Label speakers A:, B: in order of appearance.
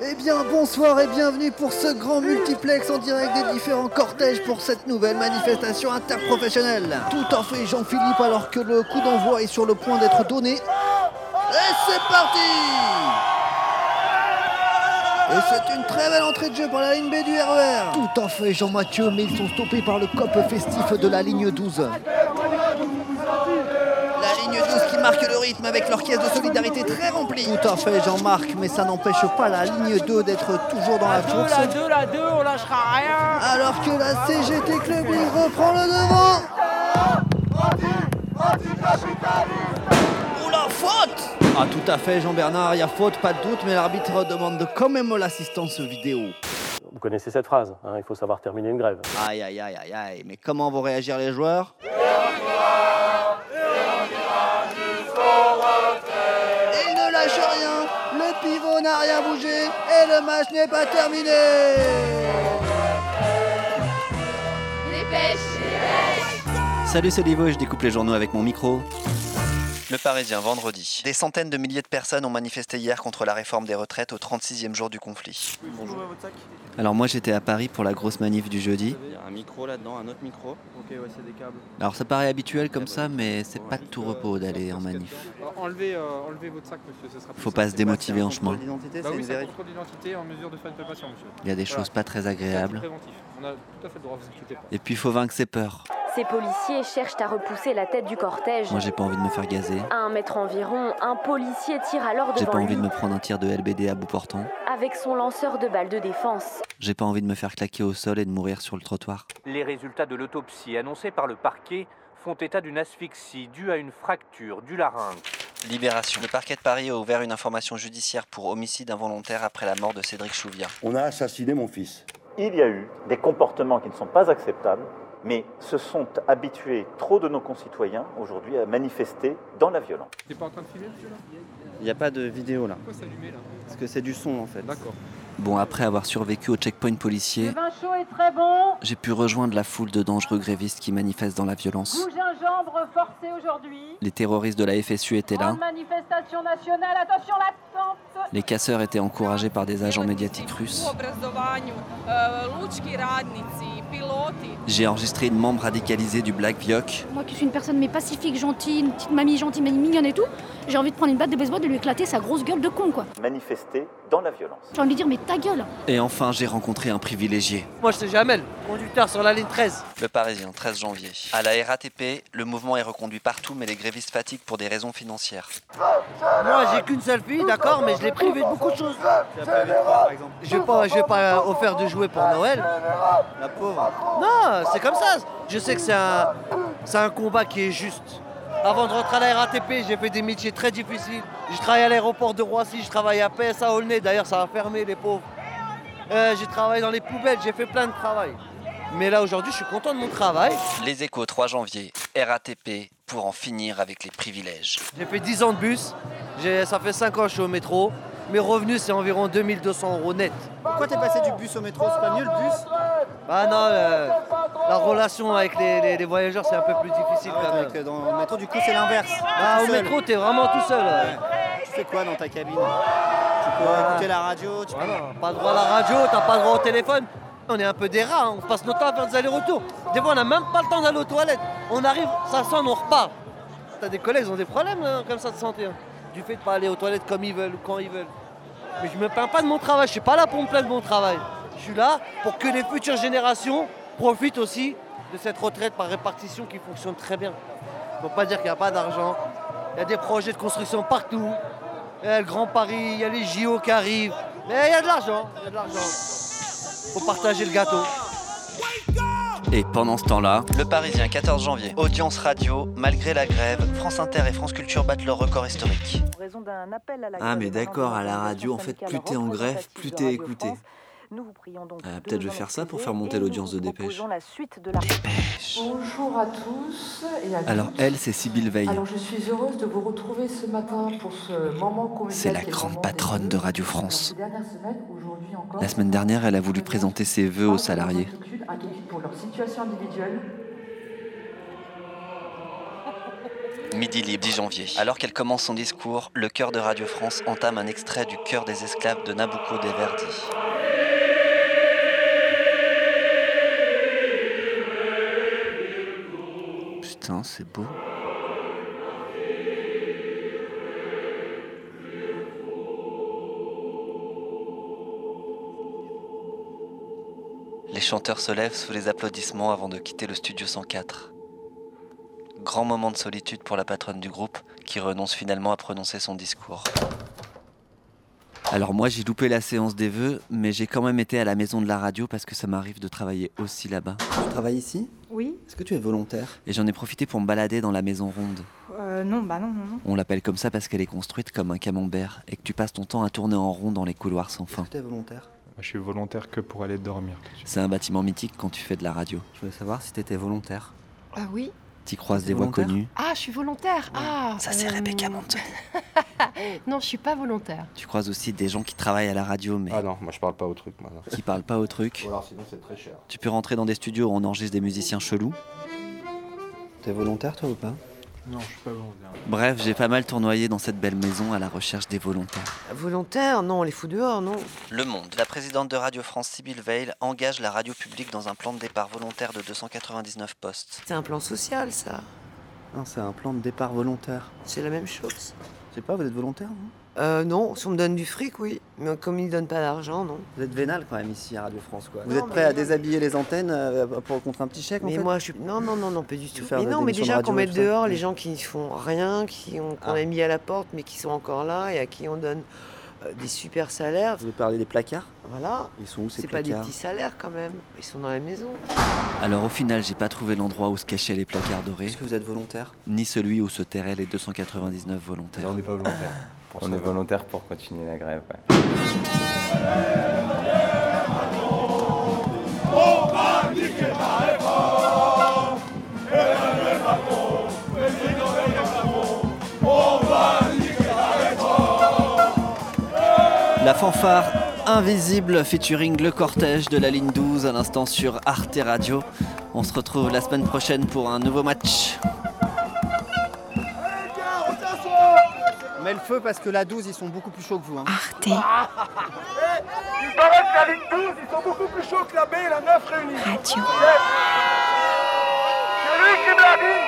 A: Eh bien, bonsoir et bienvenue pour ce grand multiplex en direct des différents cortèges pour cette nouvelle manifestation interprofessionnelle. Tout en fait Jean-Philippe alors que le coup d'envoi est sur le point d'être donné. Et c'est parti et c'est une très belle entrée de jeu pour la ligne B du E RER Tout en fait Jean-Mathieu, mais ils sont stoppés par le cop festif de la ligne 12. La ligne 12 qui marque le rythme avec l'orchestre de solidarité très remplie. Tout à fait, Jean-Marc, mais ça n'empêche pas la ligne 2 d'être toujours dans la course.
B: La 2, la 2, on lâchera rien.
A: Alors que la CGT Club Libre reprend le devant. Oh la faute Ah, tout à fait, Jean-Bernard, il y a faute, pas de doute, mais l'arbitre demande quand même l'assistance vidéo.
C: Vous connaissez cette phrase, hein, il faut savoir terminer une grève.
A: Aïe, aïe, aïe, aïe, aïe, mais comment vont réagir les joueurs Il ne lâche rien, le pivot n'a rien bougé et le match n'est pas terminé.
D: Salut, c'est Livo et je découpe les journaux avec mon micro.
E: Le Parisien, vendredi. Des centaines de milliers de personnes ont manifesté hier contre la réforme des retraites au 36e jour du conflit.
F: Bonjour. votre sac
D: Alors moi j'étais à Paris pour la grosse manif du jeudi.
F: Il y a un micro là-dedans, un autre micro. Ok, ouais, c'est des euh, câbles.
D: Alors ça paraît habituel comme ça, mais c'est pas de tout repos d'aller en manif.
F: Euh, Enlevez, enlevez votre sac, monsieur, ce sera
D: Faut pas se démotiver en chemin.
E: d'identité,
F: Bah oui, c'est un contrôle d'identité en mesure de faire une palpation, monsieur.
D: Il y a des choses pas très agréables.
F: Préventif. On a tout à fait le droit, vous inquiétez pas.
D: Et puis faut vaincre ses peurs.
G: Ces policiers cherchent à repousser la tête du cortège.
D: Moi j'ai pas envie de me faire gazer.
G: À un mètre environ, un policier tire alors
D: J'ai
G: devant
D: pas envie
G: lui
D: de me prendre un tir de LBD à bout portant.
G: avec son lanceur de balles de défense.
D: J'ai pas envie de me faire claquer au sol et de mourir sur le trottoir.
H: Les résultats de l'autopsie annoncés par le parquet font état d'une asphyxie due à une fracture du larynx.
E: Libération. Le parquet de Paris a ouvert une information judiciaire pour homicide involontaire après la mort de Cédric Chouviat.
I: On a assassiné mon fils.
J: il y a eu des comportements qui ne sont pas acceptables, mais se sont habitués trop de nos concitoyens aujourd'hui à manifester dans la violence.
F: T'es pas en train de filmer, monsieur, là
K: Il n'y a pas de vidéo là,
F: Pourquoi s'allumer, là
K: parce que c'est du son en fait.
F: D'accord.
D: Bon, après avoir survécu au checkpoint policier,
L: vin chaud est très bon.
D: j'ai pu rejoindre la foule de dangereux grévistes qui manifestent dans la violence.
L: Goût gingembre forcé aujourd'hui.
D: Les terroristes de la FSU étaient là,
L: Grande manifestation nationale. Attention l'attente.
D: les casseurs étaient encouragés par des agents médiatiques russes. J'ai enregistré une membre radicalisée du Black Viok.
L: Moi qui suis une personne mais pacifique, gentille, une petite mamie gentille, mamie mignonne et tout, j'ai envie de prendre une batte de baseball et lui éclater sa grosse gueule de con quoi.
J: Manifester dans la violence.
L: J'ai envie de dire mais ta gueule.
D: Et enfin, j'ai rencontré un privilégié.
B: Moi, je sais Jamel, conducteur sur la ligne 13.
E: Le Parisien, 13 janvier. À la RATP, le mouvement est reconduit partout, mais les grévistes fatiguent pour des raisons financières.
B: Moi, j'ai qu'une seule fille, d'accord, mais je l'ai privée de beaucoup de choses. Je vais pas, je vais pas offert de jouer pour Noël.
K: La pauvre.
B: Non, c'est comme ça. Je sais que c'est un, c'est un combat qui est juste. Avant de rentrer à la RATP, j'ai fait des métiers très difficiles. Je travaille à l'aéroport de Roissy, je travaille à PSA Aulnay, d'ailleurs ça a fermé les pauvres. Euh, j'ai travaillé dans les poubelles, j'ai fait plein de travail. Mais là aujourd'hui, je suis content de mon travail.
E: Les échos, 3 janvier. RATP pour en finir avec les privilèges.
B: J'ai fait 10 ans de bus, j'ai- ça fait 5 ans que je suis au métro. Mes revenus, c'est environ 2200 euros net.
K: Pourquoi t'es passé du bus au métro C'est pas mieux le bus
B: Bah non, le- la relation avec les, les- les voyageurs, c'est un peu plus difficile
K: Ah ouais,
B: quand même.
K: donc, euh, Dans le métro, du coup, c'est l'inverse.
B: Ah,
K: Tout
B: au
K: seul.
B: métro, t'es vraiment tout seul. ouais.
K: Tu fais quoi dans ta cabine Tu peux écouter la radio tu peux-
B: Voilà, pas droit à la radio, t'as pas droit au téléphone. On est un peu des rats, hein, on passe notre temps à faire des allers-retours. Des fois, on n'a même pas le temps d'aller aux toilettes. On arrive, ça sonne, on repart. T'as des collègues, ils ont des problèmes hein, comme ça de santé. hein, du fait de pas aller aux toilettes comme ils veulent ou quand ils veulent. Mais je me plains pas de mon travail, je suis pas là pour me plaindre de mon travail. Je suis là pour que les futures générations profitent aussi de cette retraite par répartition qui fonctionne très bien. Faut pas dire qu'il n'y a pas d'argent. Il y a des projets de construction partout. Il y a le Grand Paris, il y a les JO qui arrivent. Mais il y a de l'argent, il y a de l'argent. Faut partager le gâteau.
D: Et pendant ce temps-là,
E: Le Parisien, 14 janvier. Audience radio, malgré la grève, France Inter et France Culture battent leur record historique.
L: En raison d'un appel à la
D: Ah, mais d'accord, à la radio, en fait, plus t'es en grève, plus t'es écouté.
L: Nous vous prions donc
D: Ah,
L: de
D: peut-être
L: nous
D: je vais
L: en
D: faire ça pour
L: excuser
D: faire monter
L: et nous
D: l'audience
L: vous
D: de Dépêche.
L: proposons la suite de la-
M: Bonjour à tous et à
D: alors
M: toutes.
D: elle, c'est Sybille Veil.
M: Alors je suis heureuse de vous retrouver ce matin pour ce moment convivial
D: C'est la
M: qui est le
D: grande
M: moment
D: patronne
M: des
D: de
M: vœux.
D: Radio France.
M: Dans ces dernières semaines, aujourd'hui encore,
D: La semaine dernière, elle a voulu présenter ses vœux
M: parle de
D: aux
M: leurs
D: salariés.
M: inquiétudes, inquiétudes pour leur situation individuelle.
N: Midi libre, 10 janvier. Alors qu'elle commence son discours, le chœur de Radio France entame un extrait du Chœur des esclaves de Nabucco de Verdi.
D: Putain, c'est beau.
N: Les chanteurs se lèvent sous les applaudissements avant de quitter le studio 104. Grand moment de solitude pour la patronne du groupe qui renonce finalement à prononcer son discours.
D: Alors moi j'ai loupé la séance des vœux, mais j'ai quand même été à la maison de la radio parce que ça m'arrive de travailler aussi là-bas.
O: Tu travailles ici
P: Oui.
O: Est-ce que tu es volontaire
D: Et j'en ai profité pour me balader dans la maison ronde.
P: Euh, non, bah non, non, non.
D: On l'appelle comme ça parce qu'elle est construite comme un camembert et que tu passes ton temps à tourner en rond dans les couloirs sans fin.
O: Tu es volontaire
F: Moi, je suis volontaire que pour aller dormir.
D: C'est un bâtiment mythique quand tu fais de la radio.
O: Je voulais savoir si t'étais volontaire.
P: Ah oui.
D: T'y croises
O: T'es
D: des voix
O: volontaire
D: connues,
P: Ah, je suis volontaire. Ah.
D: Ça, c'est Rebecca Montoni.
P: non, je suis pas volontaire.
D: tu croises aussi des gens qui travaillent à la radio mais...
H: Ah non, moi je parle pas au truc. Moi, non.
D: Qui parlent pas au truc.
H: Ou alors sinon c'est très cher.
D: Tu peux rentrer dans des studios où on enregistre des musiciens chelous.
O: T'es volontaire toi ou pas
Q: Non, je suis pas volontaire.
D: Bref, j'ai pas mal tournoyé dans cette belle maison à la recherche des volontaires.
N: Volontaire Non, on les fout dehors, non Le Monde. La présidente de Radio France, Sybille Veil, engage la radio publique dans un plan de départ volontaire de 299 postes.
O: C'est un plan social ça. Non, c'est un plan de départ volontaire.
B: C'est la même chose.
O: Je sais pas, vous êtes volontaire vous
B: Euh, non, si on me donne du fric, oui. Mais comme ils ne donnent pas d'argent, non.
O: Vous êtes vénal quand même ici à Radio France quoi. Vous
B: Non,
O: êtes prêt
B: mais-
O: à déshabiller les antennes euh, pour contre un petit chèque en
B: Mais
O: fait
B: moi, je suis. Non, non, non, non, pas du tout.
O: faire
B: Mais
O: des
B: non, mais
O: émissions de
B: déjà
O: radio
B: qu'on
O: et
B: mette
O: tout ça.
B: dehors les
O: Mm.
B: gens qui ne font rien, qui ont,
O: Ah.
B: qu'on a mis à la porte, mais qui sont encore là et à qui on donne euh, des super salaires.
O: Vous parlez des placards
B: Voilà.
O: Ils sont où ces
B: C'est pas des
O: placards
B: petits salaires quand même. Ils sont dans la maison.
D: Alors au final, j'ai pas trouvé l'endroit où se cachaient les placards dorés. Est-ce
O: que vous êtes volontaire
D: Ni celui où se terraient les 299 volontaires. on n'est pas volontaire.
H: On est volontaire pour continuer la grève. ouais.
D: La fanfare Invisible featuring le cortège de la ligne 12 à l'instant sur Arte Radio. On se retrouve la semaine prochaine pour un nouveau match.
R: Mets le feu parce que la 12, ils sont beaucoup plus chauds que vous. Hein.
S: Il paraît que la ligne 12, ils sont beaucoup plus chauds que la B et la 9 réunis. Radio. C'est lui qui me l'a dit